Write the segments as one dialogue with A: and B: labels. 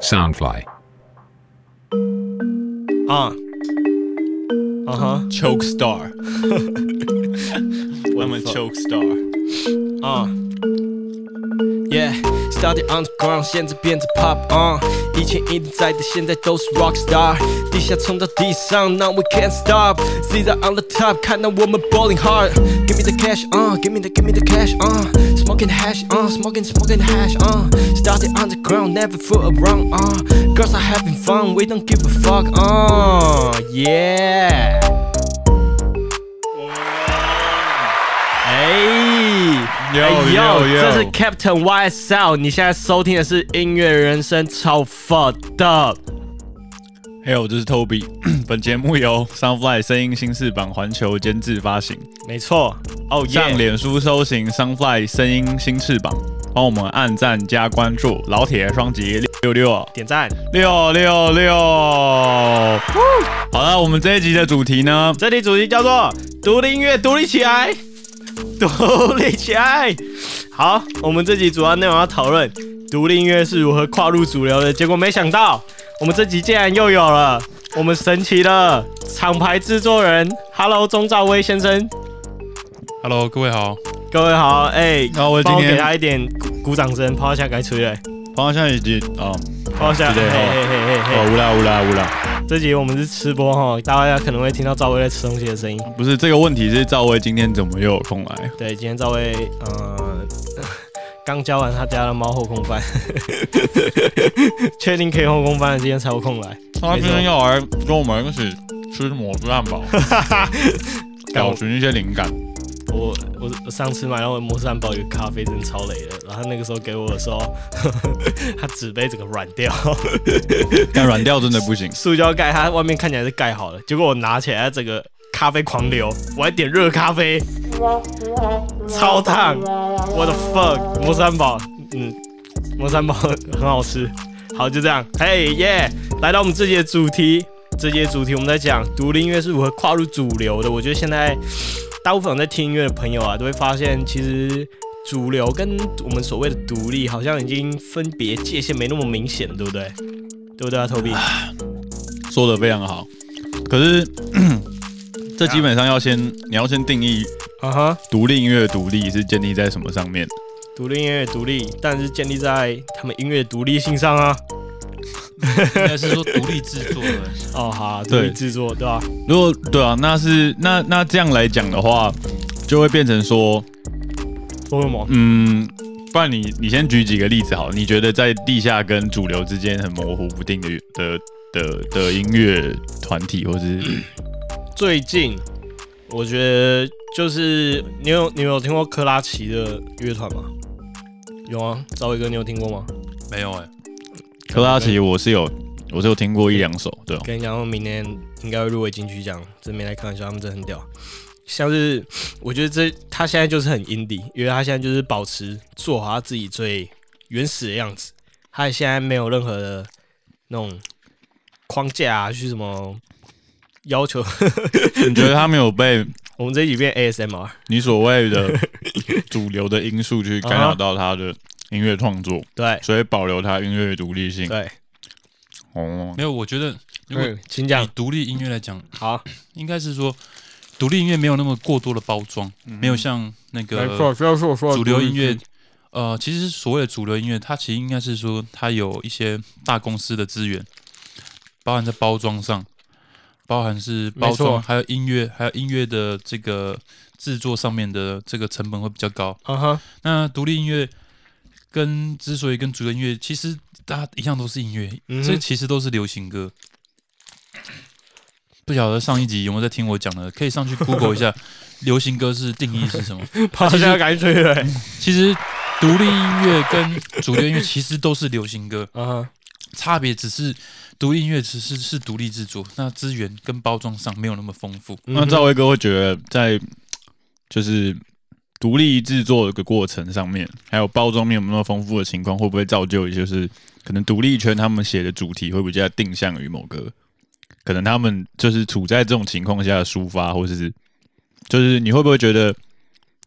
A: Soundfly.
B: Uh. Uh huh.
C: Choke star. I'm a
B: fuck?
C: choke star.
B: 啊。Yeah, started on the ground，现在变成 pop on。以前一直在的，现在都是 rock star。地下冲到地上，Now we can't stop。Zero on the top，看到我们 balling hard。Give me the cash on, give me the give me the cash on。Smoking hash on, smoking smoking hash on。Started on the ground, never fool around on。Girls are having fun, we don't give a fuck on. Yeah。哎。哎呦，这是 Captain YSL，你现在收听的是音乐人生超 fuck 的。
C: 还有，我就是 Toby。本 节目由 Soundfly 声音新翅膀环球监制发行，
B: 没错，哦
C: 上脸书搜寻 Soundfly 声音新翅膀，帮我们按赞加关注，老铁双击六六
B: 点赞。
C: 六六六。好了，我们这一集的主题呢，
B: 这里主题叫做独立音乐，独立起来， 独立起来。好，我们这集主要内容要讨论独立音乐是如何跨入主流的。结果没想到，我们这集竟然又有了我们神奇的厂牌制作人，Hello 钟兆威先生。
D: Hello，各位好。
B: 各位好，哎、
C: 然后我今
B: 帮我给
C: 天
B: 他一点鼓鼓掌声，抛一下该吹了。
C: 方向已经哦，
B: 哦，下，嘿
C: 对
B: 嘿嘿嘿
C: 哦，
B: 嘿，
C: 无啦无啦无啦，
B: 这集我们是吃播哈，大家可能会听到赵薇在吃东西的声音。
C: 不是这个问题是赵薇今天怎么又有空来？
B: 对，今天赵薇，呃， 刚教完他家的猫后空翻， 确定可以后空翻了，今天才有空来。
D: 他
B: 没
D: 今
B: 错
D: 天要来跟我们一起吃蘑菇 汉堡，找寻一些灵感。
B: 我我我上次买到我摩斯汉堡有咖啡，真的超雷的。然后他那个时候给我的时候， 他纸杯整个软掉，。
C: 但软掉真的不行
B: 塑胶盖它外面看起来是盖好的，结果我拿起来它整个咖啡狂流，我还点热咖啡，超烫，我的 fuck，摩斯汉堡，嗯，摩斯汉堡很好吃。好，就这样，嘿耶，来到我们这节主题，这节主题我们在讲独立音乐是如何跨入主流的。我觉得现在大部分在听音乐的朋友啊，都会发现其实。主流跟我们所谓的独立好像已经分别界限没那么明显了，对不对？对不对啊，投币？
C: 说的非常好，可是这基本上要先，你要先定义
B: 啊哈，
C: 独立音乐的独立是建立在什么上面？
B: 独立音乐独立，但是建立在他们音乐独立性上啊。
D: 应该是说独立制作的，
B: 哦，好，独
C: 对
B: 立制作，对吧、
C: 如果对啊，那是那那这样来讲的话，就会变成说，
B: 说什么？
C: 嗯，不然你你先举几个例子好了，你觉得在地下跟主流之间很模糊不定的的的的音乐团体，或是
B: 最近我觉得就是你有你有听过克拉奇的乐团吗？有啊，赵伟哥，你有听过吗？
D: 没有哎、
C: 克拉奇，我是有我是有听过一两首， 对、啊，
B: 跟你讲，他们明年应该会入围金曲奖，真没来开玩笑，他们真的很屌。像是我觉得这他现在就是很 indie，因为他现在就是保持做好他自己最原始的样子，他现在没有任何的那种框架啊，去什么要求。
C: 你觉得他没有被
B: 我们这几遍 ASMR，
C: 你所谓的主流的因素去干
B: 啊哈
C: 扰到他的音乐创作，
B: 对
C: 所以保留他音乐的独立性。
B: 对，
C: 哦，
D: 没有。我觉得如果
B: 嗯，请
D: 以
B: 讲。
D: 独立音乐来讲，
B: 好，
D: 应该是说独立音乐没有那么过多的包装，没有像那个
E: 没错，就是我嗯说的
D: 主流音
E: 独立
D: 乐
E: 性。
D: 呃，其实所谓的主流音乐，它其实应该是说，它有一些大公司的资源，包含在包装上，包含是包
E: 没错
D: 装，还有音乐，还有音乐的这个制作上面的这个成本会比较高。
B: 嗯哼，
D: 那独立音乐跟之所以跟主流音乐，其实大家一样都是音乐，
B: 嗯哼
D: 这其实都是流行歌。不晓得上一集有没有在听我讲的，可 以上去 Google 一下，流行歌是定义是什么？
B: 好像要感觉对。
D: 其实独立音乐跟主流音乐其实都是流行歌，
B: 嗯哼，
D: 差别只是独立音乐只是是独立制作，那资源跟包装上没有那么丰富。
C: 那赵薇哥会觉得在就是独立制作的过程上面，还有包装面有没有那么丰富的情况，会不会造就就是可能独立圈他们写的主题会比较定向于某个，可能他们就是处在这种情况下的抒发，或是就是你会不会觉得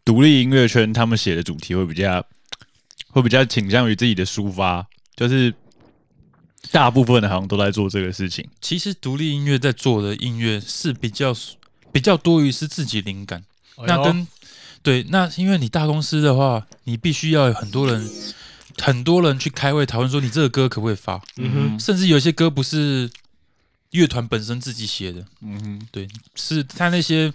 C: 独立音乐圈他们写的主题会比较会比较倾向于自己的抒发，就是大部分的行都在做这个事情。
D: 其实独立音乐在做的音乐是比较比较多于是自己灵感，
B: 哎
D: 那跟对那因为你大公司的话，你必须要有很多人很多人去开会讨论说你这个歌可不可以发，
B: 嗯
D: 甚至有一些歌不是乐团本身自己写的，
C: 嗯哼，
D: 对，是他那些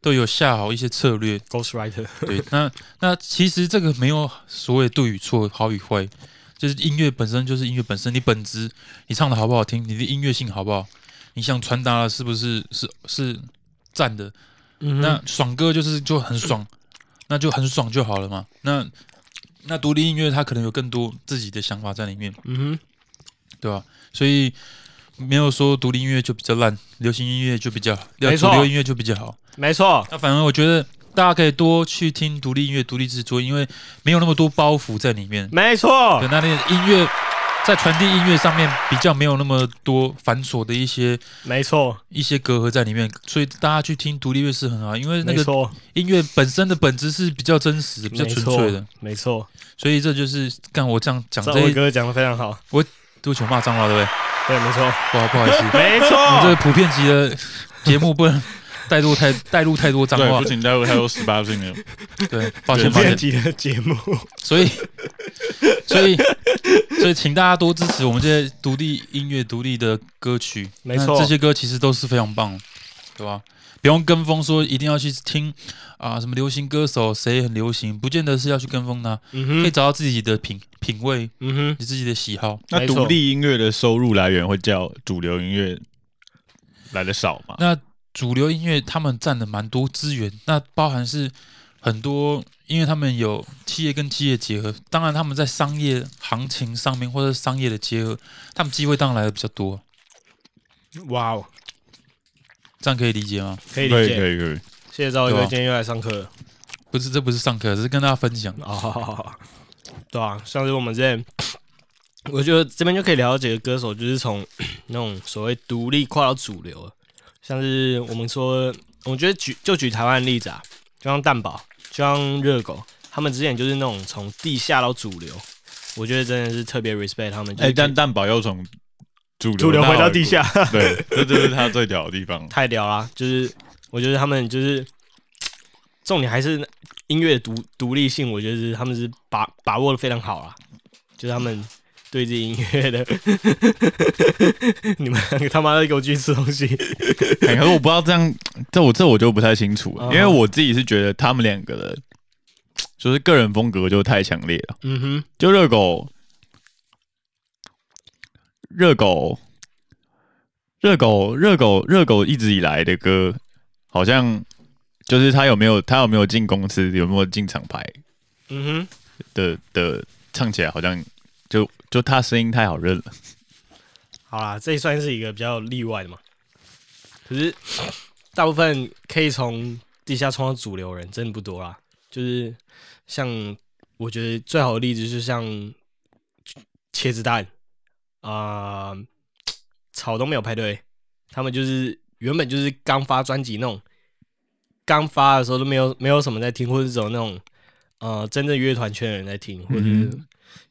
D: 都有下好一些策略，
B: 哼，Ghost Writer，
D: 对，那那其实这个没有所谓对与错、好与坏，就是音乐本身就是音乐本身，你本质，你唱的好不好听，你的音乐性好不好，你想传达的是不是是是赞的？
B: 嗯
D: 那爽歌就是就很爽，那就很爽就好了嘛。那那独立音乐它可能有更多自己的想法在里面，
B: 嗯哼，
D: 对吧、所以没有说独立音乐就比较烂，流行音乐就比较好，
B: 没错
D: 主流音乐就比较好。
B: 没错，
D: 那反而我觉得大家可以多去听独立音乐、独立制作，因为没有那么多包袱在里面。
B: 没错
D: 对，，那那个音乐在传递音乐上面比较没有那么多繁琐的一些
B: 没错，
D: 一些隔阂在里面，所以大家去听独立乐是很好，因为那
B: 没
D: 个
B: 错，
D: 音乐本身的本质是比较真实、比较纯粹的。
B: 没错。
D: 所以这就是干我这样讲
B: 赵
D: 这
B: 伟
D: 一，
B: 哥讲的非常好，
D: 对不起，我骂脏话，对不对？
B: 对，没 错，
D: 不好不好意思，我
B: 没
D: 们这个
B: 错，
D: 普遍级的节目不能带入太带入太多脏
C: 对，
D: 话
C: 不，仅带入太多十八岁没有，
D: 对，抱
C: 这
D: 歉
C: 个
D: 抱
B: 这
D: 歉
B: 一。集的节目，
D: 所以，所以，所以，请大家多支持我们这些独立音乐、独立的歌曲。
B: 没错
D: 那这些歌其实都是非常棒，对吧？不用跟风说一定要去听啊、什么流行歌手谁很流行，不见得是要去跟风的啊、可以
B: 嗯哼，
D: 找到自己的品品味，
B: 嗯哼，
D: 你自己的喜好。
C: 那
B: 没错
C: 独立音乐的收入来源会叫主流音乐来的少嘛？
D: 那主流音乐他们占了蛮多资源，那包含是很多，因为他们有企业跟企业结合，当然他们在商业行情上面或者商业的结合，他们机会当然来的比较多，
B: 哇哦，
D: 这样可以理解吗？
B: 可以
C: 可
B: 理
C: 以
B: 解
C: 可。以可以，
B: 谢谢赵伟哥
D: 对啊
B: 今天又来上课了。
D: 不是，这不是上课，只是跟大家分享。
B: 哦，对啊，像是我们之前，我觉得这边就可以了解歌手，就是从 那种所谓独立跨到主流了，像是我们说，我觉得举就举台湾的例子啊，就像蛋堡，就像热狗，他们之前就是那种从地下到主流，我觉得真的是特别 respect 他们。就是
C: 哎，但蛋堡又从主流
B: 主流回到地
C: 下。
B: 下，。
C: 对，这就是他最屌的地方
B: 太屌啦！就是我觉得他们就是重点还是音乐独独立性，我觉得是他们是把把握的非常好啊，就是他们对这音乐的， 你们两个他妈的给我去吃东西，
C: 哎可是我不知道这样，这我这我就不太清楚了，
B: 嗯
C: 因为我自己是觉得他们两个人就是个人风格就太强烈了。
B: 嗯哼，
C: 就热狗，热狗，热狗，热狗，热狗一直以来的歌，好像就是他有没有他有没有进公司，有没有进厂牌
B: 嗯哼，
C: 的的，唱起来好像就就他声音太好认了。
B: 好啦，这算是一个比较例外的嘛。可是大部分可以从地下冲到主流人真的不多啦，就是像我觉得最好的例子就是像茄子蛋啊、呃草东没有派对，他们就是原本就是刚发专辑那种，刚发的时候都没有没有什么在听，或者是走那种呃真正乐团圈的人在听，或者是
C: 嗯哼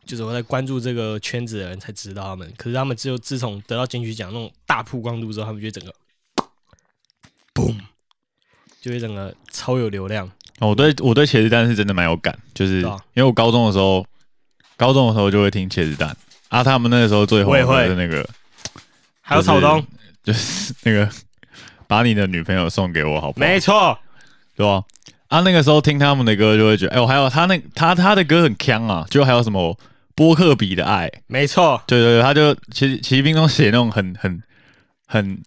B: 就是我在关注这个圈子的人才知道他们。可是他们只有自从得到金曲奖那种大曝光度之后，他们就整个，嘣，就会整个超有流量。
C: 哦我对我对茄子蛋是真的蛮有感，就是
B: 对啊
C: 因为我高中的时候，高中的时候就会听茄子蛋啊，他们那个时候最红
B: 我也
C: 的
B: 会
C: 是那个
B: 还有草东，
C: 就是那个把你的女朋友送给我好不好？
B: 没错，
C: 对吧、啊？那个时候听他们的歌就会觉得，哎、呦，还有他那他他的歌很强啊，就还有什么波克比的爱，
B: 没错，
C: 对对对，他就其实其实冰中写那种很很很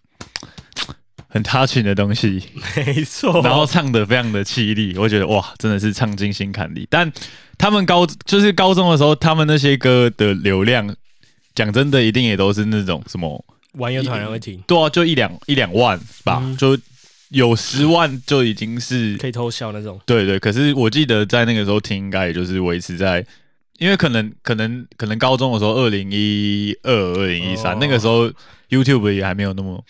C: 很 touching 的东西，
B: 没错。
C: 然后唱的非常的凄厉，我觉得哇，真的是唱进心坎里。但他们高就是高中的时候，他们那些歌的流量，讲真的，一定也都是那种什么，
B: 玩乐团人会听，
C: 对啊，就一两一两万吧，
B: 嗯
C: 就有十万就已经是
B: 可以偷笑那种。
C: 对对，可是我记得在那个时候听，应该也就是维持在，因为可能可能可能高中的时候，二零一二、二零一
B: 哦
C: 三那个时候，YouTube 也还没有那么，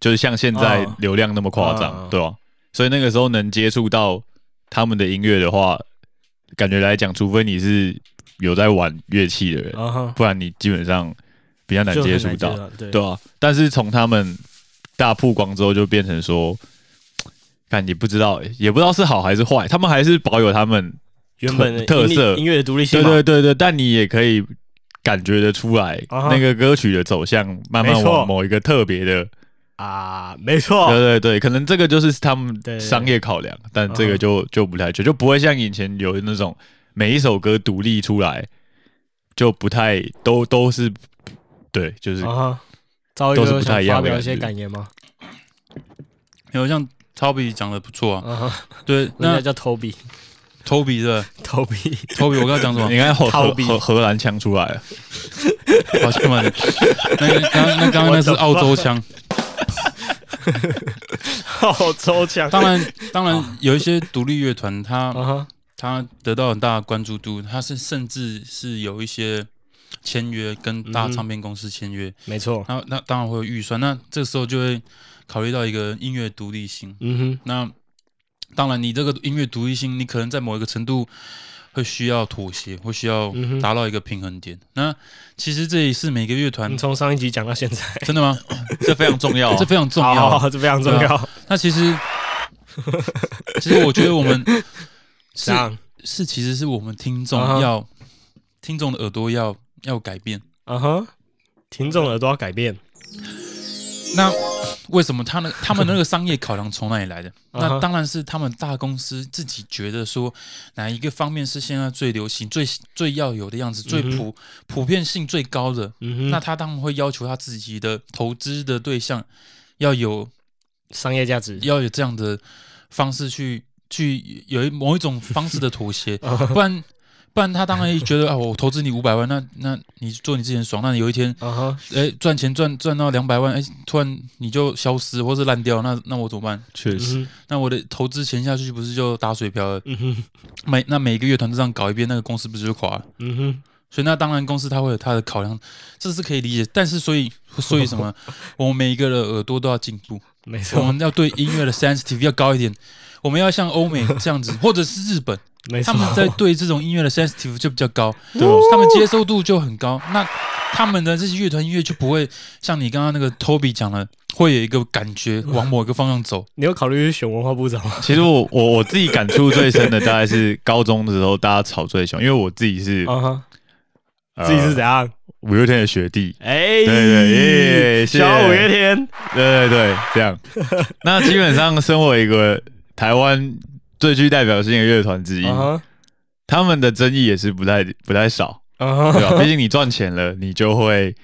C: 就是像现在
B: 哦
C: 流量那么夸张，
B: 嗯嗯
C: 对吧、所以那个时候能接触到他们的音乐的话，感觉来讲，除非你是有在玩乐器的人，
B: 啊哈，
C: 不然你基本上比比较难
B: 就很
C: 接
B: 难
C: 触到，，
B: 对
C: 对啊。但是从他们大曝光之后，就变成说，看也不知道，也不知道是好还是坏，他们还是保有他们
B: 原本的
C: 特
B: 音
C: 色
B: 音乐的独立性
C: 对
B: 嘛，
C: 对对对，但你也可以感觉得出来，
B: 啊哈
C: 那个歌曲的走向慢慢
B: 没错
C: 往某一个特别的，
B: 啊，没错，
C: 对对对，可能这个就是他们
B: 对对对
C: 商业考量，但这
B: 啊哈
C: 个就就不太确，就不会像以前有那种每一首歌独立出来，就不太都都是对，就是
B: 啊哈，赵一
C: 都是
B: 哥
C: 不太
B: 想
C: 一
B: 发
C: 样的
B: 表
C: 感
B: 一些
C: 觉
B: 感言吗？
D: 没有像 Toby 讲的不错啊，
B: 啊哈，
D: 对，
B: 人
D: 那
B: 家叫 Toby，Toby
D: Toby 对吧 Toby 我刚刚讲什 么
C: 你？看荷荷
B: Toby
C: 荷荷兰腔出来了，
D: 好像蛮，那个刚那刚刚那是澳洲腔，
B: 好抽象，
D: 当然当然有一些独立乐团，它
B: 啊哈，
D: 它得到很大的关注度，它是甚至是有一些签约跟
B: 嗯
D: 大
B: 哼
D: 唱片公司签约，
B: 没错，
D: 那那当然会有预算，那这时候就会考虑到一个音乐独立性。
B: 嗯
D: 那当然，你这个音乐独立性，你可能在某一个程度会需要妥协，会需要
B: 嗯哼
D: 达到一个平衡点。那其实这也是每个乐
B: 哼，
D: 团
B: 你从上一集讲到现在，
D: 真的吗？
C: 这非常重要、
D: 嗯 这
C: 啊。
D: 非常重 要。
B: 好，这非常重
D: 对
B: 要，啊
D: 那其实，其实我觉得我们是
B: 这样
D: 是，其实是我们听众
B: 啊哈
D: 要、听众的耳朵要要改变。
B: 啊哈，听众耳朵要改变，
D: 那为什么他 那他们那个商业考量从哪里来的？
B: 啊哈
D: 那当然是他们大公司自己觉得说哪一个方面是现在最流行、最最要有的样子、最普、普遍性最高的。
B: 嗯
D: 那
B: 哼，
D: 他当然会要求他自己的投资的对象要有
B: 商业价值，
D: 要有这样的方式去去有一某一种方式的妥协，
B: 啊哈
D: 不然不然他当然也觉得啊，我投资你五百万，那那你做你自己很爽，那你有一天
B: 啊哈，
D: 哎赚钱赚赚到两百万，哎突然你就消失或是烂掉，那那我怎么办？
C: 确实，
B: 嗯哼
D: 那我的投资钱下去不是就打水漂了？
B: 嗯哼，
D: 每那每个乐团都这样搞一遍，那个公司不是就垮了？
B: 嗯哼，
D: 所以那当然公司它会有它的考量，这是可以理解。但是所以所以什么，我们每一个的耳朵都要进步。
B: 没
D: 我
B: 错，
D: 们要对音乐的 sensitive 要高一点，我们要像欧美这样子，或者是日本，
B: 没错哦
D: 他，们在对这种音乐的 sensitive 就比较高，
C: 对吧？
D: 他们接受度就很高。那他们的这些乐团音乐就不会像你刚刚那个 Toby 讲的，会有一个感觉
B: 嗯
D: 往某一个方向走。
B: 你有考虑去选文化部长吗？
C: 其实我我我自己感触最深的大概是高中的时候，大家吵最凶，因为我自己是、
B: 啊哈，
C: 呃
B: 自己是怎样？
C: 五月天的学弟，
B: 哎，
C: 对对耶谢谢
B: 小五月天，
C: 对对对，这样。那基本上，身为一个台湾最具代表性的乐团之一，
B: 啊哈，
C: 他们的争议也是不太不 太少，
B: 啊
C: 对
B: 哈，
C: 吧？毕竟你赚钱了，你就会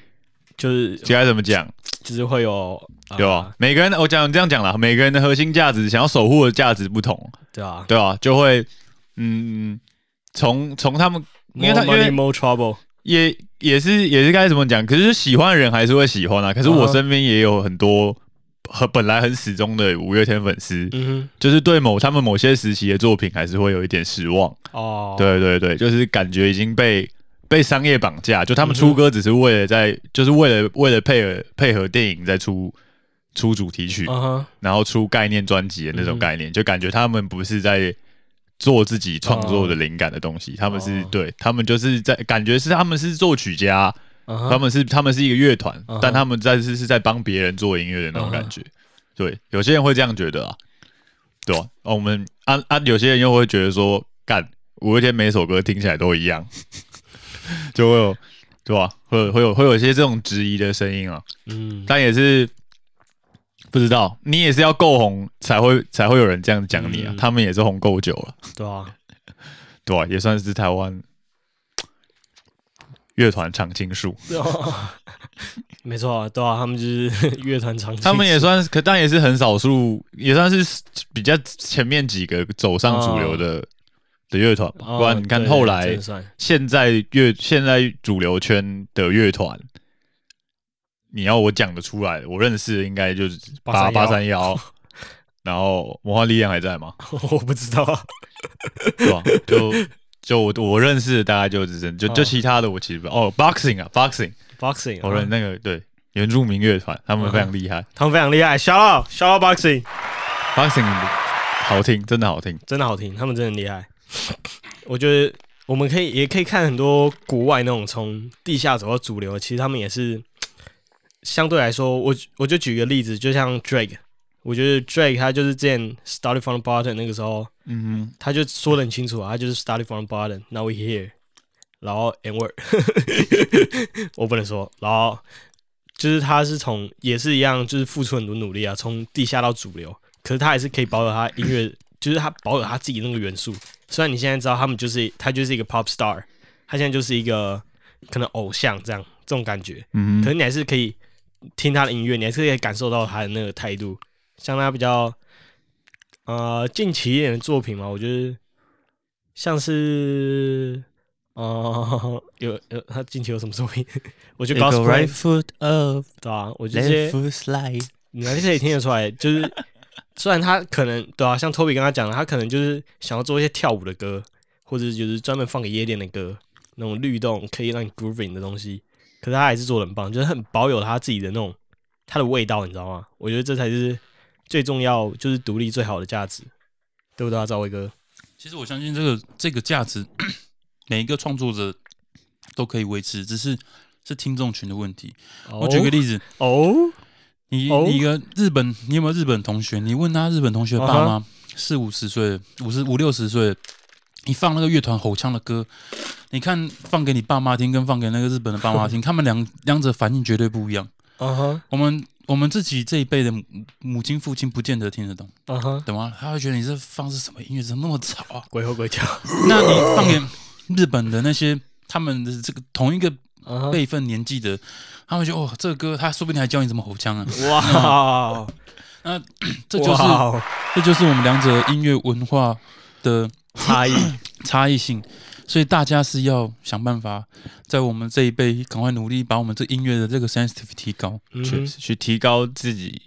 B: 就是
C: 该怎么
B: 啊
C: 讲，
B: 就是会有，啊
C: 对吧？？每个人，我讲这样讲了，每个人的核心价值、想要守护的价值不同，
B: 对啊，
C: 对吧？就会，嗯，从从他们，因为他
B: More
C: 因为
B: money, more trouble，
C: 也也是也是该怎么讲？可是喜欢的人还是会喜欢啊。可是我
B: 嗯哼
C: 身边也有很多和本来很死忠的五月天粉丝，
B: 嗯
C: 就是对某他们某些时期的作品还是会有一点失望。
B: 哼，哦，，
C: 对对对，就是感觉已经被被商业绑架，就他们
B: 嗯哼
C: 出歌只是为了在，就是为了为了配合配合电影在出出主题曲，
B: 啊哈，
C: 然后出概念专辑的那
B: 嗯
C: 种
B: 哼
C: 概念，就感觉他们不是在做自己创作的灵感的东西，他们是
B: 哦
C: 对他们就是在感觉是他们是作曲家，
B: 啊哈
C: 他们是他们是一个乐团
B: 嗯哼，
C: 但他们在是是在帮别人做音乐的那种感觉。
B: 啊
C: 对，有些人会这样觉得啊，对吧、哦，我们啊啊，有些人又会觉得说，干五月天每首歌听起来都一样， 就会有对吧、会有会有会有一些这种质疑的声音啊，
B: 嗯，
C: 但也是不知道，你也是要够红才会才会有人这样讲你啊，
B: 嗯
C: 他们也是红够久了，
B: 对啊，
C: 对吧、也算是台湾乐团常青 树。
B: 没错啊，对啊，他们就是 乐团常青树，
C: 他们也算是，可但也是很少数，也算是比较前面几个走上主流的、的乐团吧。
B: 哦，
C: 不然你看
B: 对
C: 后
B: 真
C: 来
B: 的算
C: 现在乐现在主流圈的乐团，你要我讲得出来，我认识的应该就是八
B: 831
C: 八三幺，然后魔幻力量还在 吗？
B: 我不知道啊，
C: 对吧？就就我我认识的大概就只剩就就
B: 哦
C: 其他的我其实不哦 boxing 啊 boxing，
B: boxing，啊
C: 我认那个对原住民乐团，他们非常厉害
B: 他们非常厉害，shout out shout out boxing，
C: ，boxing 好听，真的好听。
B: 真的好听，他们真的很厉害。我觉得我们可以也可以看很多国外那种从地下走到主流，其实他们也是相对来说，我我就举个例子，就像 Drake，我觉得 Drake 他就是之前 Started from the bottom 那个时候，
C: 嗯
B: 他就说的很清楚啊，他就是 Started from the bottom，now we here，然后 and work，我不能说，然后就是他是从也是一样，就是付出很多努力啊，从地下到主流，可是他还是可以保有他音乐，就是他保有他自己那个元素。虽然你现在知道他们就是他就是一个 pop star，他现在就是一个可能偶像这样这种感觉，
C: 嗯
B: 可
C: 哼
B: 是你还是可以听他的音乐，你还是可以感受到他的那个态度。像他比较呃近期一点的作品嘛，我觉得像是呃 有有他近期有什么作品？ 我觉得
A: You go
B: Gospel
A: right foot up,
B: 对啊，我觉得这
A: left
B: 些
A: foot slide。
B: 你还是可以听得出来，就是虽然他可能对啊，像 Toby 刚刚讲的，他可能就是想要做一些跳舞的歌，或者就是专门放给夜店的歌，那种律动可以让你 grooving 的东西，可是他还是做的很棒，就是很保有他自己的那种他的味道，你知道吗？我觉得这才是最重要，就是独立最好的价值，对不对啊，赵伟哥？
D: 其实我相信这个这个价值，每一个创作者都可以维持，只是是听众群的问题。我举个例子，
B: 哦，
D: 你
B: 哦
D: 你一个日本，你有没有日本同学？你问他日本同学的爸
B: 啊
D: 妈四五十岁的，五十五六十岁的，你放那个乐团吼腔的歌，你看放给你爸妈听，跟放给那个日本的爸 妈听，他们两两者反应绝对不一样。
B: 嗯哼，
D: 我们我们自己这一辈的母母亲父亲不见得听得懂，
B: 嗯哼，
D: 懂吗？他会觉得你这放是什么音乐，怎么那么吵啊？
B: 鬼吼鬼叫，
D: 那你放给日本的那些他们的这个同一个
B: 嗯哼，
D: 辈分年纪的，他们就哦，这个歌他说不定还教你怎么吼腔啊。
B: 哇，
D: 这就是
B: 哇哦
D: 这就是我们两者音乐文化的
B: 差异，
D: 差异性，所以大家是要想办法在我们这一辈赶快努力把我们这音乐的这个 sensitivity 提高。
B: 嗯
C: 去
B: 哼
C: 去提高自己，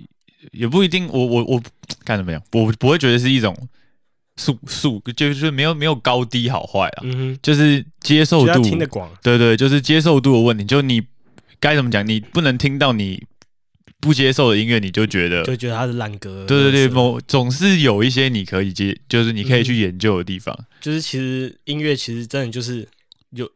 C: 也不一定。我我我看怎么样，我不会觉得是一种速速，就是没有没有高低好坏啊，
B: 嗯
C: 就是接
B: 哼，
C: 受
B: 就要
C: 度。
B: 听得广，
C: 对对，就是接受度的问题。就你该怎么讲，你不能听到你不接受的音乐，你就觉得
B: 就觉得他是烂歌，
C: 对对对，
B: 垃圾
C: 某总是有一些你可以接，就是你可以
B: 嗯
C: 去研究的地方。
B: 就是其实音乐其实真的就是有，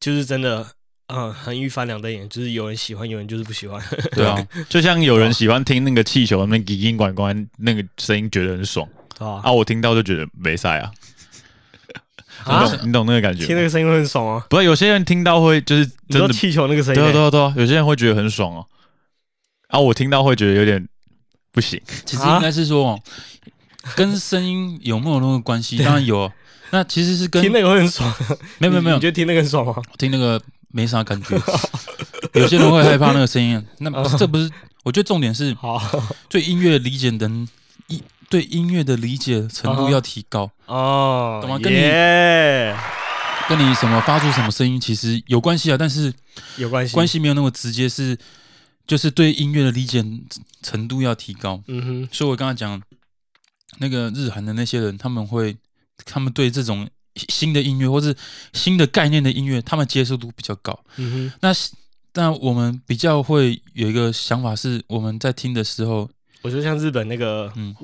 B: 就是真的，嗯，很一翻两瞪眼，就是有人喜欢，有人就是不喜欢。
D: 对啊，
C: 就像有
B: 哦
C: 人喜欢听那个气球那个音管管那个声音，觉得很爽
B: 对啊，
C: 啊，
D: 哦
C: 我听到就觉得没赛啊。你懂你懂那个感觉
B: 啊听那
C: 吗？
B: 个声音会很爽啊！
C: 不是有些人听到会就是
B: 你
C: 真
B: 说
C: 的，
B: 气球那个声音
C: 对啊
B: 欸，
C: 对啊对啊，有些人会觉得很爽哦。啊，我听到会觉得有点不行。
D: 其
B: 啊
D: 实应该是说，哦，跟声音有没有那个关系？当然有哦。那其实是 跟
B: 听那个会很爽。
D: 啊没有没有没 有
B: 你，觉得听那个很爽吗？
D: 听那个没啥感觉。有些人会害怕那个声音，啊那不
B: 哦
D: 是这不是？我觉得重点是
B: 好
D: 对音乐理解能一对音乐的理解程度要提高。
B: 哦，
D: 懂吗跟你
B: 耶
D: 跟你什么发出什么声音其实有关系啊，但是
B: 有关系
D: 关，系没有那么直接是，就是对音乐的理解程度要提高。
B: 嗯哼，
D: 所以我刚才讲那个日韩的那些人，他们会他们对这种新的音乐或是新的概念的音乐，他们接受度比较高。
B: 嗯哼，
D: 那那我们比较会有一个想法是，我们在听的时候，
B: 我就像日本那个
D: 嗯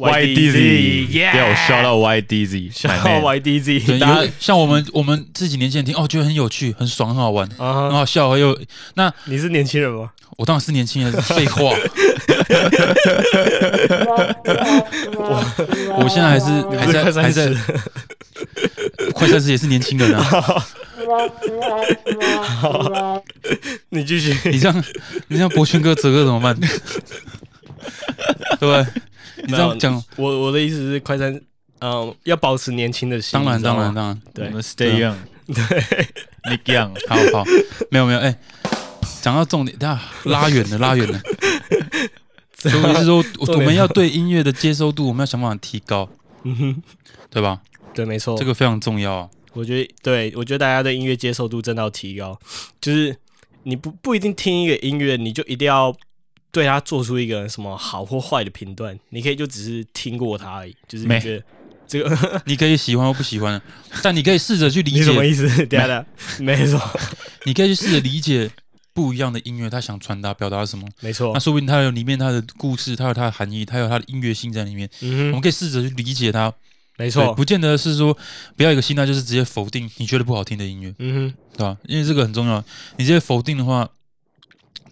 B: YDZ，
C: 要 shout
B: out
C: out YDZ，
B: shout
C: 奶奶
B: out YDZ，
D: 对，
B: 大
D: 有
B: 家
D: 像我们我们自己年轻人听哦，觉得很有趣、很爽、很好玩、很
B: 啊哈，
D: 好笑，还有
B: 你是年轻人吗？
D: 我当然是年轻人，废话。 我我现在还是
B: 你
D: 还
B: 不是快
D: 在还
B: 三
D: 在
B: 十，
D: 快三十也是年轻人啊！
B: 你继续。
D: 你这样你这样博轩哥哲哥怎么办？ 对不对？你这样讲，
B: 我我的意思是，快餐，嗯、要保持年轻的心。
D: 当然
B: 你知道
D: 当
B: 吗
D: 然，当然，
C: 我
B: 对
C: 们 Stay Young，Nick
B: 对，
C: Young，
D: 好好，没有没有，哎，讲到重点，等下拉远了拉远了。所以我意思说，我
B: 重
D: 我
B: 点
D: 们要对音乐的接受度，我们要想办法提高，
B: 嗯哼，哦
D: 对吧？
B: 对，没错。
D: 这个非常重要啊。
B: 我觉得，对我觉得大家对音乐接受度真的要提高，就是你不不一定听一个音乐，你就一定要对它做出一个什么好或坏的评断，你可以就只是听过它而已，就是你
C: 没
B: 觉得这个
D: 你可以喜欢或不喜欢，但你可以试着去理
B: 你什么
D: 解，
B: 意思？对的，没错，
D: 你可以去试着理解不一样的音乐，他想传达表达什么。
B: 没错
D: 那，说不定它有里面它的故事，它有它的含义，它有它的音乐性在里面。我
B: 嗯
D: 们
B: 哼，
D: 可以试着去理解它，
B: 没
D: 没
B: 错，
D: 不见得是说不要有一个心态就是直接否定你觉得不好听的音乐，
B: 嗯哼，
D: 对吧？因为这个很重要，你直接否定的话，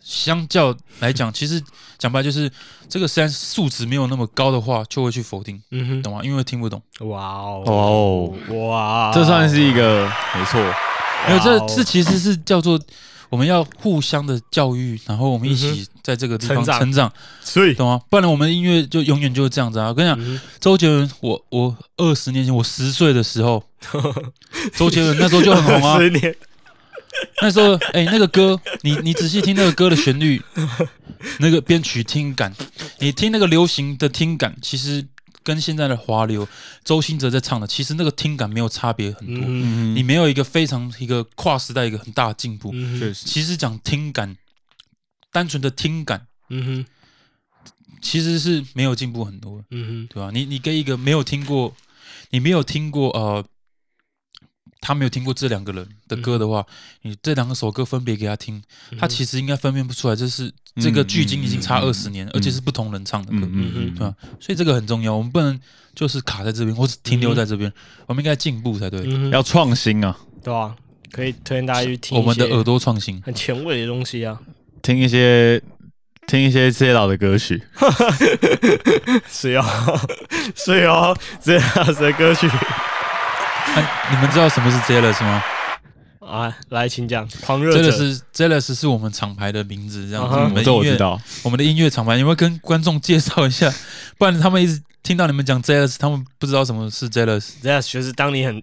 D: 相较来讲，其实讲白就是这个三素质没有那么高的话，就会去否定，
B: 嗯
D: 懂吗？因为听不懂。
B: 哼，哇哦，
C: 哦，
B: 哇哦，
C: 这算是一个没错，
D: 没有，这
B: 哇哦
D: 这其实是叫做我们要互相的教育，然后我们一起在这个地方
B: 成长
D: 成长，
B: 所以
D: 懂吗？不然我们的音乐就永远就是这样子啊！我跟你讲，
B: 嗯
D: 周杰伦，我我二十年前我十岁的 时候，周杰伦那时候就很红啊
B: 二。十年，
D: 那时候，哎、那个歌，你你仔细听那个歌的旋律， 那个编曲听感，你听那个流行的听感，其实跟现在的华流，周兴哲在唱的，其实那个听感没有差别很多。
B: 嗯
C: 嗯，
D: 你没有一个非常一个跨时代一个很大的进步。
B: 嗯哼，
C: 确实
D: 其实讲听感，单纯的听感
B: 嗯哼，
D: 其实是没有进步很多的，
B: 嗯
D: 对吧、你你跟一个没有听过，你没有听过呃，他没有听过这两个人的
C: 嗯
D: 歌的话，你这两个首歌分别给他听，
B: 哼，
D: 他其实应该分辨不出来，这是这个距今已经差二十年，而且是不同人唱的歌，
C: 嗯嗯
D: 对
C: 嗯
D: 吧、所以这个很重要，我们不能就是卡在这边或者停留在这边，我们应该进步才对。
B: 嗯
C: 嗯，
B: 哼，
C: 要创新啊，
B: 对吧？可以推荐大家去听
D: 我
B: 一
D: 们的
B: 些
D: 耳朵创新，
B: 很前卫的东西啊，
C: 听一些听一些这些老的歌曲，
B: 是哦， 是哦，这样子的歌曲
D: 哎，你们知道什么是 Jealous 吗
B: 啊，来，请讲，狂热者
D: ？Jealous Jealous 是我们厂牌的名字，这样子。
B: 啊哈
D: 我
C: 嗯
D: 们
C: 这
D: 音
C: 我知
D: 乐，
C: 道，
D: 我们的音乐厂牌，你们跟观众介绍 一下，不然他们一直听到你们讲 Jealous，他们不知道什么是 Jealous。
B: 这样就是当你很，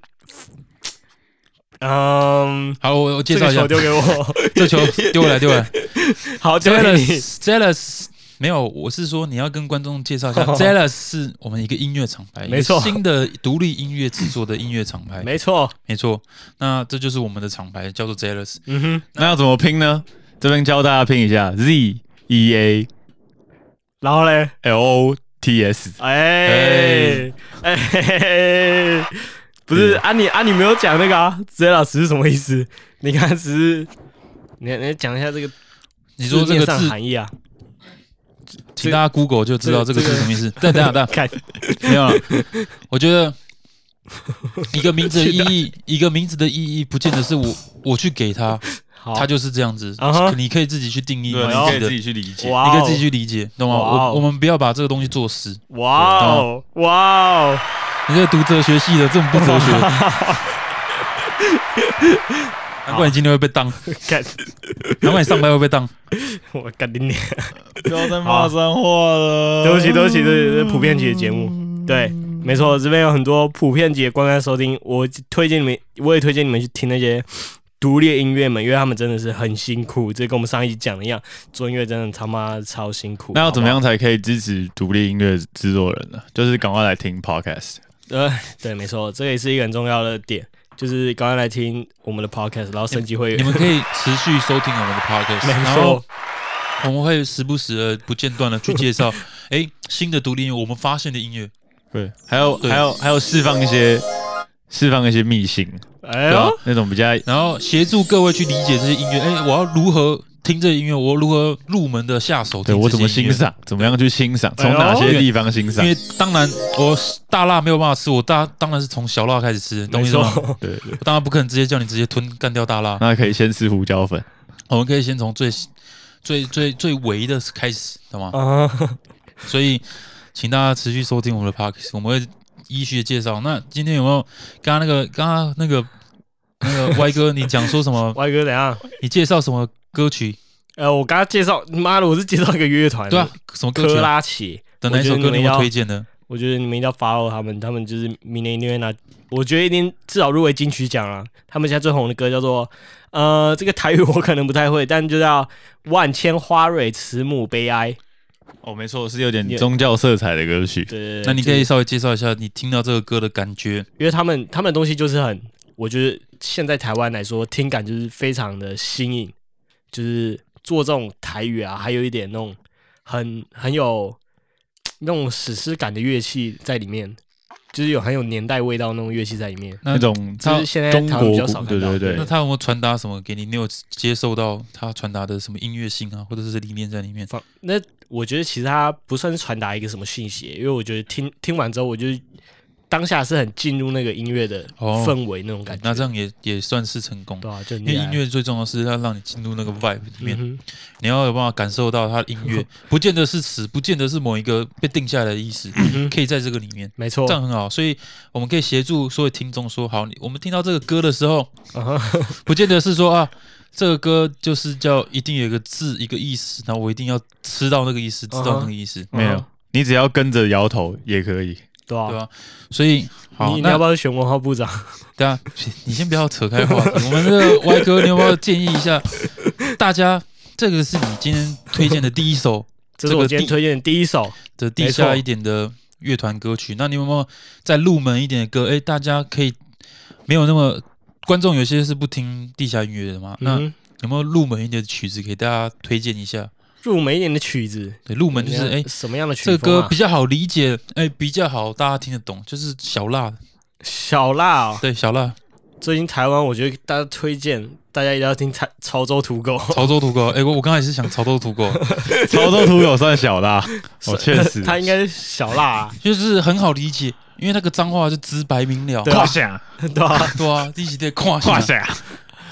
B: 嗯，
D: 好，我我介
B: 这
D: 绍
B: 个
D: 一下
B: 球，丢给我， 哎
D: 这球 丢来丢来。
B: 好，丢给你
D: Jealous Jealous 没有，我是说你要跟观众介 绍一下，Jealous 是我们一个音乐厂牌，
B: 没错
D: 一个新的独立音乐制作的音乐厂牌，
B: 没错，
D: 没错。那这就是我们的厂牌，叫做 Jealous。
B: 嗯哼，
C: 那要怎么拼呢？这边教大家拼一下，Z E A
B: 然后嘞，
C: L O T S，
B: 哎哎嘿嘿嘿，不是
C: 嗯
B: 啊你啊你没有讲那个啊，这老师是什么意思？你看只是。你你讲一下这个
D: 你
B: 你
D: 说这个
B: 上
D: 字，
B: 含义啊？
D: 请大家 Google 就知道这
B: 这
D: 个
B: 个
D: 字什么意思。对，等一下等一下。
B: 看，
D: 没 有了，我觉得一个名字的意义，一个名字的意义，不见得 是我我去给他，
B: 好，
D: 他就是这样子
B: 啊哈。
D: 你可以自己去定义你
C: 对，
B: 你
C: 你
B: 可
C: 可
B: 以
C: 以
D: 自
C: 自
D: 己的，
C: 己去理解。
B: 哇
D: 你
B: 哦，
D: 可以自己去理解，懂吗？
B: 哇哦
D: 我我们不要把这个东西做死。
B: 哇哦，哇哦，
D: 你在读哲学系的，这么不 哲学，难怪你今天会被当，
B: 干，
D: 难怪你上班会被当。
B: 我干你娘！
C: 不要再
B: 骂
C: 脏话了
B: 对不起，对不起，这是普遍级的节目。对，没错，这边有很多普遍级的观看收听，我推荐你们，我也推荐你们去听那些独立音乐们，因为他们真的是很辛苦，这跟我们上一集讲的一样，做音乐真的他妈超辛苦。
C: 那要怎么
B: 好
C: 样才可以支持独立音乐制作人呢？就是赶快来听 podcast。
B: 不好？呃，对，没错，这也是一个很重要的点，就是刚刚来听我们的 podcast，然后升级会员
D: 你，们可以持续收听我们的 podcast，
B: 没
D: 然后
B: 错，
D: 我们会时不时的不间断的去介绍， 哎，新的独立音乐，我们发现的音乐，
C: 对，还有
D: 对
C: 还有还有释放一些释放一些密信，
B: 哎
D: 对啊
B: 呦，
C: 那种比较
D: 然后协助各位去理解这些音乐。哎，我要如何听这些音乐？我如何入门的下手？
C: 对我怎么欣？赏，怎么样去欣赏，
B: 哎
C: 从哪些地方欣
D: 因
C: 赏？
D: 为当然我大辣没有办法吃，我大当然是从小辣开始吃，懂我
B: 没
D: 意思吗？
B: 错，
C: 对对，
D: 我当然不可能直接叫你直接吞干掉 大辣，
C: 那可以先吃胡椒粉。
D: 我们可以先从最最最最唯的开始，懂吗？
B: 啊，
D: 所以，请大家持续收听我们的 podcast，我们会依序的介绍。那今天有没有刚刚那个刚刚那个那个歪哥，你讲说什么？
B: 歪哥怎样？
D: 你介绍什么 歌曲？
B: 呃，我刚刚介绍，妈的，我是介绍一个乐团，
D: 对啊，，什么歌曲
B: 科
D: 啊？
B: 拉奇。
D: 的哪一首
B: 我觉
D: 歌
B: 得你们
D: 你有
B: 要
D: 推荐的？
B: 我觉得你们一定要 follow 他们，他们就是明年一定会拿，我觉得一定至少入围金曲奖了。他们现在最红的歌叫做，呃，这个台语我可能不太会，但就叫“万千花蕊慈母悲哀
C: 哦，没错，是有点
B: Yeah
C: 宗教色彩的歌曲”。。
B: 对对，对
D: 那你可
B: 就
D: 以
B: 是
D: 稍微介绍一下你听到这个歌的感觉。
B: 因为他们他们的东西就是很，我觉得现在台湾来说，听感就是非常的新颖，就是做这种台语啊，还有一点那种很很有那种史诗感的乐器在里面，就是有很有年代味道那种乐器在里面。
D: 那
C: 那种
B: 就
C: 他
B: 是现在
C: 中
B: 台湾比较
C: 国
B: 少
C: 古，
B: 看
C: 对
B: 到
C: 对对
D: 那，他有没有传达什么给你？你有接受到他传达的什么音乐性啊，或者是理念在里面？
B: 放那我觉得其实它不算是传达一个什么讯息，因为我觉得听听完之后，我就当下是很进入那个音乐的
D: 哦
B: 氛围那种感觉。
D: 那这样也也算是成功。
B: 对啊，就
D: 因
B: 你
D: 为音乐最重要的是要让你进入那个 vibe 里面，
B: 嗯哼
D: 你要有办法感受到它的音 乐，不见得是词，不见得是某一个被定下来的意思，
B: 嗯哼
D: 可以在这个里面，
B: 没错
D: 这，样很好。所以我们可以协助所有听众说，好，你我们听到这个歌的时候，
B: 嗯哼
D: 不见得是说啊，这个歌就是叫一定有一个字一个意思，然后我一定要吃到那个意思，知道那个意
B: 啊
D: 思，
C: 没有，你只要跟着摇头也可以。
B: 对
D: 对
B: 啊，
D: 吧？所以好，
B: 你你
D: 那
B: 要不要选文化部长？
D: 等下，你先不要扯开话题。我们这个歪哥，你有没有建议一下大家？这个是你今天推荐的第一首
B: 这是
D: 这
B: 我
D: 个
B: 今天
D: 地
B: 推荐的第一首。
D: 的地
B: 没
D: 下
B: 错
D: 一点的乐团歌曲。那你有没有再入门一点的歌？哎，大家可以没有那么观众有些是不听地下音乐的嘛？
B: 嗯
D: 那
B: 哼，
D: 有没有入门一点的曲子给大家推荐一下？
B: 入门一点的曲子，
D: 对，入门就是
B: 怎么
D: 哎
B: 样，什么样的
D: 这
B: 曲
D: 个
B: 风
D: 歌
B: 啊
D: 比？较好理解，哎，比较好大家听得懂，就是小辣的，
B: 小辣哦，
D: 对，小辣
B: 最近台湾我觉得大家推荐大家一定要听潮潮州土狗，
D: 潮州土狗。哎，我我刚才也是想潮州 土狗，
C: 潮州土狗算小啦，哦，确实，
B: 他应该是小辣啊，
D: 就是很好理解，因为那个脏话就直白明了，
B: 对啊
C: 胯下
B: 对吧？
D: 对啊，一起在跨
C: 胯
D: 下，
C: 下，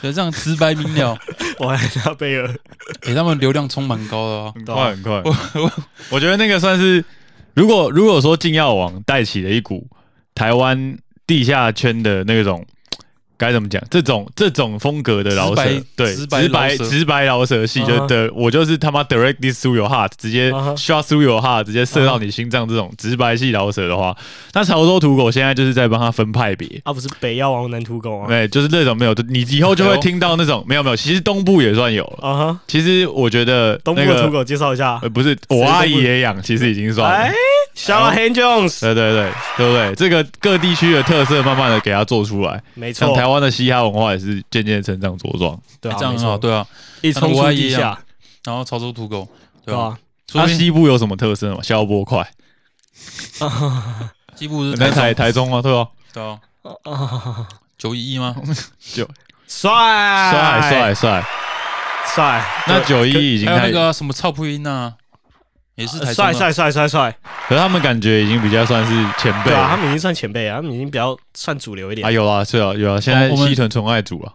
D: 对，这样直白明了，
B: 我还拿贝尔，
D: 给、他们流量冲蛮高的啊。
C: 很
B: 对啊
C: 快很快。我觉得那个算是，如果如果说禁药王带起了一股台湾地下圈的那种。该怎么讲？这种这种风格的饶
D: 直白
C: 舌，对，
D: 直
C: 直
D: 白饶
C: 白
D: 舌
C: 直白饶舌系，
B: 啊
C: 就的我就是他妈 direct this through your heart，直接
B: 啊哈
C: shot through your heart，直接射到你心脏这种直白系饶舌的话，那潮州土狗现在就是在帮他分派别，
B: 啊不是北药王南土狗啊，
C: 对，就是那种没有，就你以后就会听到那种没有没有。其实东部也算有了。
B: 啊哈，
C: 其实我觉得
B: 东部
C: 那
B: 的土
C: 个
B: 狗介绍一下
C: 呃，不是
B: 东部
C: 我阿姨也养，其实已经算
B: 哎
C: 了。，
B: 小辣 Hand Jones，
C: 对对对对不对？这个各地区的特色慢慢的给它做出来，
B: 没
C: 像
B: 错，
C: 台湾的嘻哈文化也是渐渐成长茁壮。
B: 对啊，
D: 这样
B: 没
D: 很好，
B: 错，
D: 对啊，
B: 一冲出地
D: 像我阿
B: 下，
D: 然后潮州土狗，
B: 对
D: 对吧、
B: 吧？
D: 所
C: 它
D: 以
C: 西部有什么特色吗？消波块，
D: 西部是
C: 那台
D: 台
C: 台
D: 中，
C: 中啊，对吧？
D: 对啊，
B: 啊
D: 九一一吗？
B: 帅
C: 帅
B: 哎
C: 帅帅，
B: 帅，
C: 那九一已经
D: 还有
C: 开
D: 那
C: 始，呃
D: 个啊、什么超普音呐，也是台中
B: 帅
D: 啊。
B: 帅帅帅帅，
C: 可是他们感觉已经比较算是前辈
B: 对啊，他
C: 了
B: 们已经算前辈啊，他们已经比较算主流一
C: 啊，
B: 点。
C: 有啊，是啊，有啊，现在
D: 我们
C: 西屯纯爱组啊，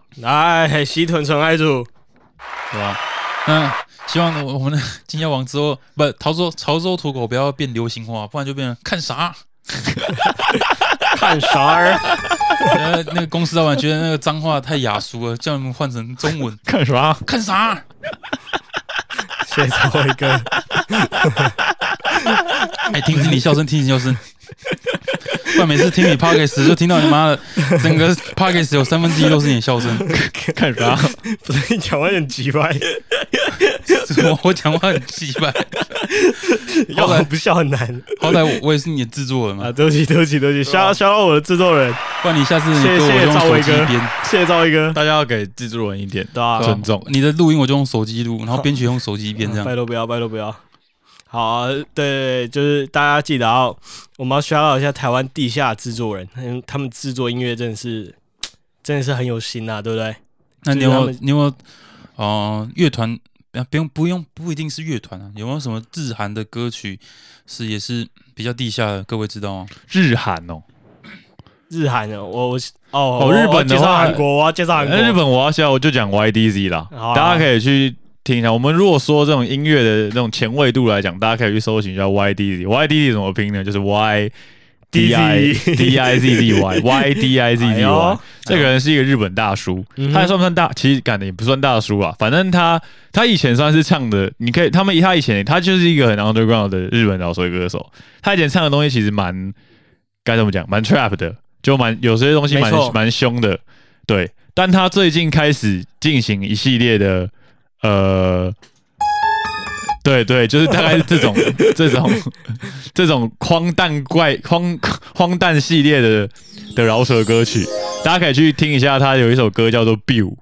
B: 哎，西屯纯爱组，
D: 对吧、那希望我们的金家王之后，不潮州潮州土狗不要变流行化，不然就变成看啥？
B: 看啥儿？
D: 呃，那个公司老板觉得那个脏话太雅俗了，叫你们换成中文，
C: 看什么？
D: 看啥？
B: 谢谢超辉哥，
D: 哎，停止你笑声，停止你笑声。不然每次听你 podcast 就听到你妈的，整个 podcast 有三分之一都是你的笑声。
C: 看啥？
B: 不是你讲话很奇怪，
D: 我我讲话很奇怪，
B: 要我不笑很难
D: 好歹我我也是你的制作人嘛
B: 啊！，对不起，对不起，对不起，吓吓到我的制作人，
D: 不然你下次你
B: 谢
D: 歌
B: 谢
D: 我就用
B: 赵
D: 手
B: 伟
D: 机
B: 哥
D: 编，
B: 谢谢赵一哥，
C: 大家要给制作人一点
B: 对啊
D: 对吧
C: 尊重。
D: 你的录音我就用手机录，然后编曲用手机编这样
B: 拜。托不要，拜托不要。好、啊，对对，对就是大家记得要，我们要 shout out 一下台湾地下制作人，嗯，他们制作音乐真的是，真的是很有心啊，对不对？
D: 那你有没有
B: 就是他
D: 你有没有呃乐团？啊不用不用不一定是乐团啊，有没有什么日韩的歌曲是也是比较地下的？各位知道吗？
C: 日韩哦，
B: 日韩的，我我哦
C: 哦
B: 我
C: 日本
B: 我要介
C: 的
B: 绍
C: 话
B: 韩国，我要介绍韩国，
C: 那哎日本我要笑，我就讲 YDZ 啦，
B: 好啊
C: 大家可以去听一下。我们如果说这种音乐的那种前卫度来讲，大家可以去搜寻一下 YDZ。YDZ 怎么拼呢？就是 Y D I
B: DZ
C: D I Z Z Y Y D I Z
B: 哎
C: Z
B: 呦
C: Y。这个人是一个日本大叔，
B: 嗯哼
C: 他还算不算大？其实感觉也不算大叔啊，反正他他以前算是唱的，你可以他们他以前他就是一个很 underground 的日本饶舌歌手，他以前唱的东西其实蛮该怎么讲，蛮 trap 的，就蛮有些东西蛮
B: 没错
C: 蛮凶的，对。但他最近开始进行一系列的呃。对对，就是大概是这种这种这种荒诞怪荒荒诞系列的的饶舌歌曲，大家可以去听一下。他有一首歌叫做《Biu》，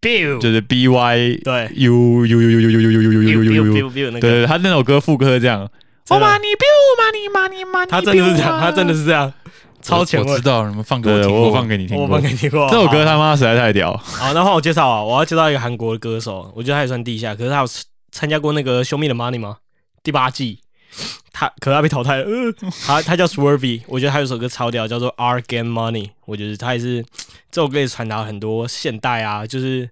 B: biu
C: 就是 B Y
B: 对
C: U U U U U U U U U
B: biu
C: U U
B: biu
C: U U。
B: biu biu 那个，
C: 对对，他那首歌副歌是这样。Oh,
B: 真的
C: 你 biu 嘛你嘛你嘛
B: 他真的是这样，他真的是这样，超前
D: 我我
B: 卫
D: 知，道，你们放给我
C: 对，
D: 听
C: 我有
D: 过。
C: 放给你听
B: 我
C: 过
B: 们。给你过
C: 这首歌
B: 好
C: 他妈实在太屌，
B: 好，那换我介绍啊，我要介绍一个韩国的歌手，我觉得他也算地下，可是他有参加过那个《修密的 Money》吗？第八季他可他被淘汰了， 呃，他他叫 Swervy，我觉得他有首歌超屌，叫做《Art Game Money》，我觉得他也是这首歌也传达很多现代啊，就是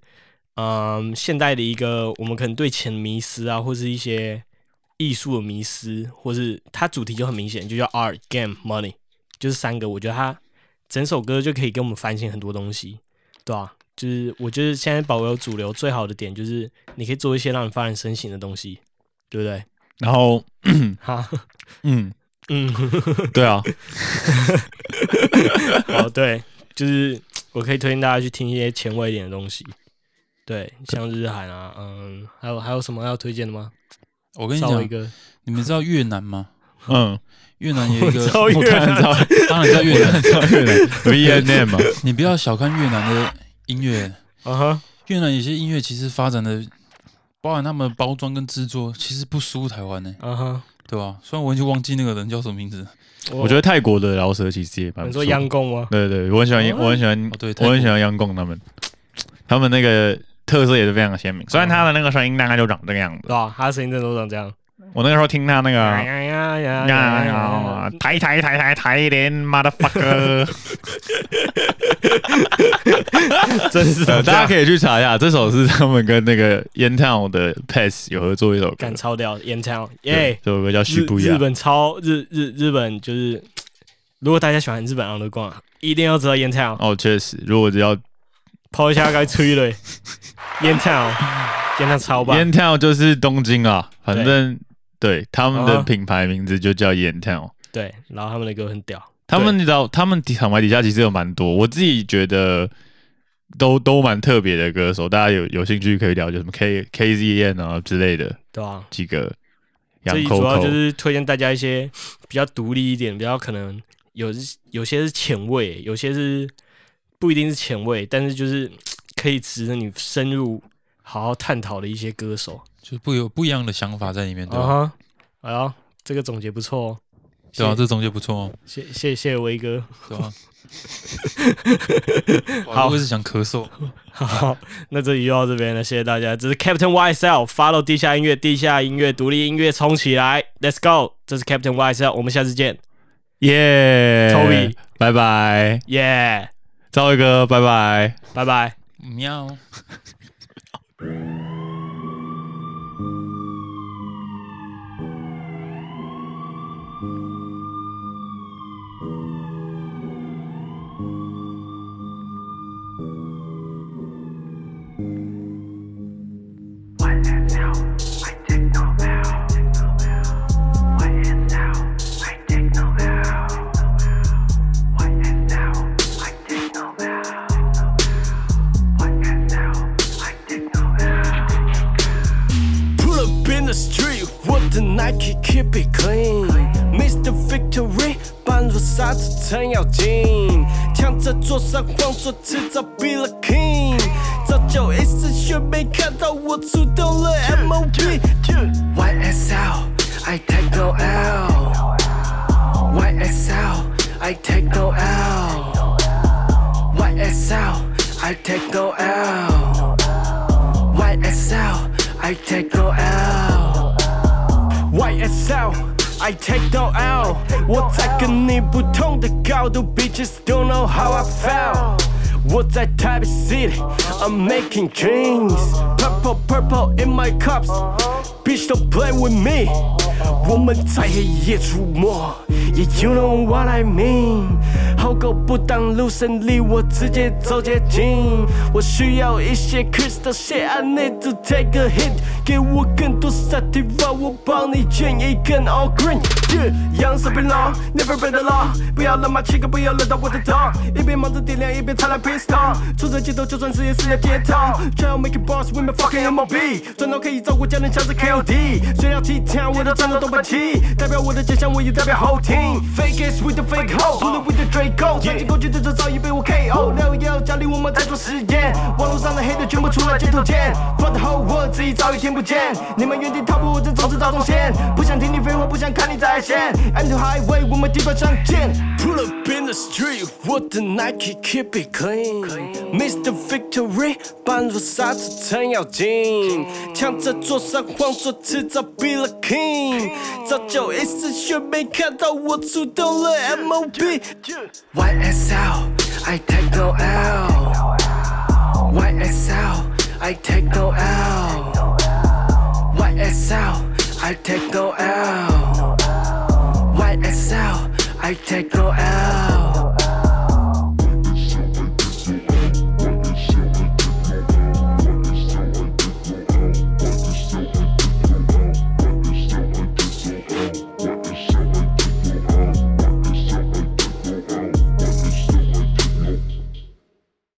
B: 嗯现代的一个我们可能对钱迷失啊，或是一些艺术的迷失，或是它主题就很明显，就叫 Art Game Money，就是三个，我觉得它整首歌就可以给我们反省很多东西，对吧、就是我觉得现在保留主流最好的点就是你可以做一些让你发人深省的东西，对不对？
C: 然后，
B: 哈，
C: 嗯，
B: 嗯。
C: 对啊，
B: 哦，对，就是我可以推荐大家去听一些前卫一点的东西，对，像日韩啊，嗯，还有还有什么要推荐的吗？
D: 我跟你
B: 稍微一
D: 讲，
B: 个，
D: 你们知道越 南吗？
C: 嗯，
D: 越南有一个，
B: 我知道
C: 我
B: 越
C: 当然
B: 南
C: 知道，
D: 当然知道越
C: 当
D: 南，
C: 然知道越南 V N M 啊嘛，
D: 你不要小看越南的音乐，
B: 啊哈，
D: 越南有些音乐其实发展的，包含他们的包装跟制作，其实不输台湾呢、
B: 啊哈，
D: 对吧、虽然我已经忘记那个人叫什么名字，
B: 我
C: 我觉得泰国的饶舌其实也蛮
B: 你
C: 不
B: 说
C: 错。
B: 央贡吗？
C: 对对，我很喜欢，我很喜欢
D: 哦对，泰
C: 我
D: 国
C: 很喜欢央贡他们，他们那个特色也是非常鲜明。
D: 嗯
C: 虽然他的那个声音大概就长这个样
B: 对
D: 哦
C: 子，
B: 吧、他的声音真的都长这样，
C: 我那个时候听他那个
B: 哎呀
C: 啊。
B: 呀呀呀呀
C: 呀
B: 呀
C: 呀！抬抬抬抬抬脸，motherfucker！
B: 真是长这
C: 呃大家
B: 样，
C: 可以去查一下，这首是他们跟那个 Yen Town 的 Pass 有合作一首歌
B: 赶，超屌，演唱
C: 对
B: 耶！
C: 这首歌叫《
B: 日
C: 徐不一
B: 日本超日日日本就是，如果大家喜欢日本 u n d e 一定要知道演唱。
C: 哦，确实，如果只要
B: 抛下该吹 了，演唱演唱超棒，
C: Yen Town 就是东京啊，反正对他们
B: 啊
C: 的品牌名字就叫 Yen Town。
B: 对，然后他们的歌很屌，
C: 他们你知道，他们底厂牌底下其实有蛮多，我自己觉得都都蛮特别的歌手，大家有有兴趣可以了解什么 K K Z N 啊之类的
B: 对吧、啊？
C: 几个
B: 这
C: 洋
B: 里
C: 扣
B: 主要就
C: 扣。
B: 是推荐大家一些比较独立一点，比较可能有有些是前卫，有些是不一定是前卫，但是就是可以值得你深入好好探讨的一些歌手。
D: 就不有不一样的想法在里面，对
B: 啊
D: 吧、
B: 哈，哎呀，这个总结不错哦，
D: 对啊，
B: 谢
D: 这种就不错哦，
B: 谢谢谢威哥。
D: 对吧、啊？
B: 好
D: 我也是想 咳嗽，
B: 好， 那这里就到这边了，谢谢大家。这是 Captain YSL，follow 地下音乐，地下音乐，独立音乐冲起来，Let's go！这是 Captain YSL，我们下次见，
C: 耶
B: Toby
C: 拜拜，
B: 耶、
C: 赵伟哥，拜拜。
B: 拜拜。
D: 嗯喵。
A: What is now? I take no vow. What is now? I take no vow. What is now? I take no vow. What is now? I take no vow.
E: Pull up in the street with the Nike, keep it clean. Mr. Victory，扮作傻子程咬金，抢在桌上晃作迟早必了 King。早就一丝血没看到我出动了 MOB。YSL, I take no L. YSL, I take no L. YSL, I take no L. YSL, I take no L. YSL, I take no L. 我在跟你不同的高度，Bitches don't know how I felt. 我在台北 City, I'm making dreams. Purple, purple in my cups. Bitch, don't play with me. 我们在黑夜出没，Yeah, you know what I mean. 好狗不挡路，胜利我直接走捷径。我需要一些 crystal shit, I need to take a hit. 给我更多 sativa，我帮你卷一根 all green。Yeah, young s u b e l o n g never been alone。不要乱骂七个，不要乱打我的头。一边忙着点亮，一边擦亮 pistol。出着街头，就算是也是要街头。Try to make it boss with my fucking MOB。赚到可以照顾家人，像是 KOD。虽然体坛我的战斗都霸气，代表我的家乡，我也代表后庭。Fake is with the fake hoe，不 with the Draco。钻进过去的这早已被我 KO。六幺家里我们在做实验，网络上的黑的全部出来街头见。Fuck the whole world，自己早已听不见。你们原地踏步，我正走着大动线。不想听你废话，不想看你在线。I'm the highway，我们地板上见。 Pull up in the street with the Nike keep it clean. Mr. Victory，扮作傻子程咬金，抢在桌上晃作迟早 be the king。早就一丝血没看到我出动了 MOB。YSL, I take no L. YSL, I take no L. YSL, I take no L. YSL, I take no L.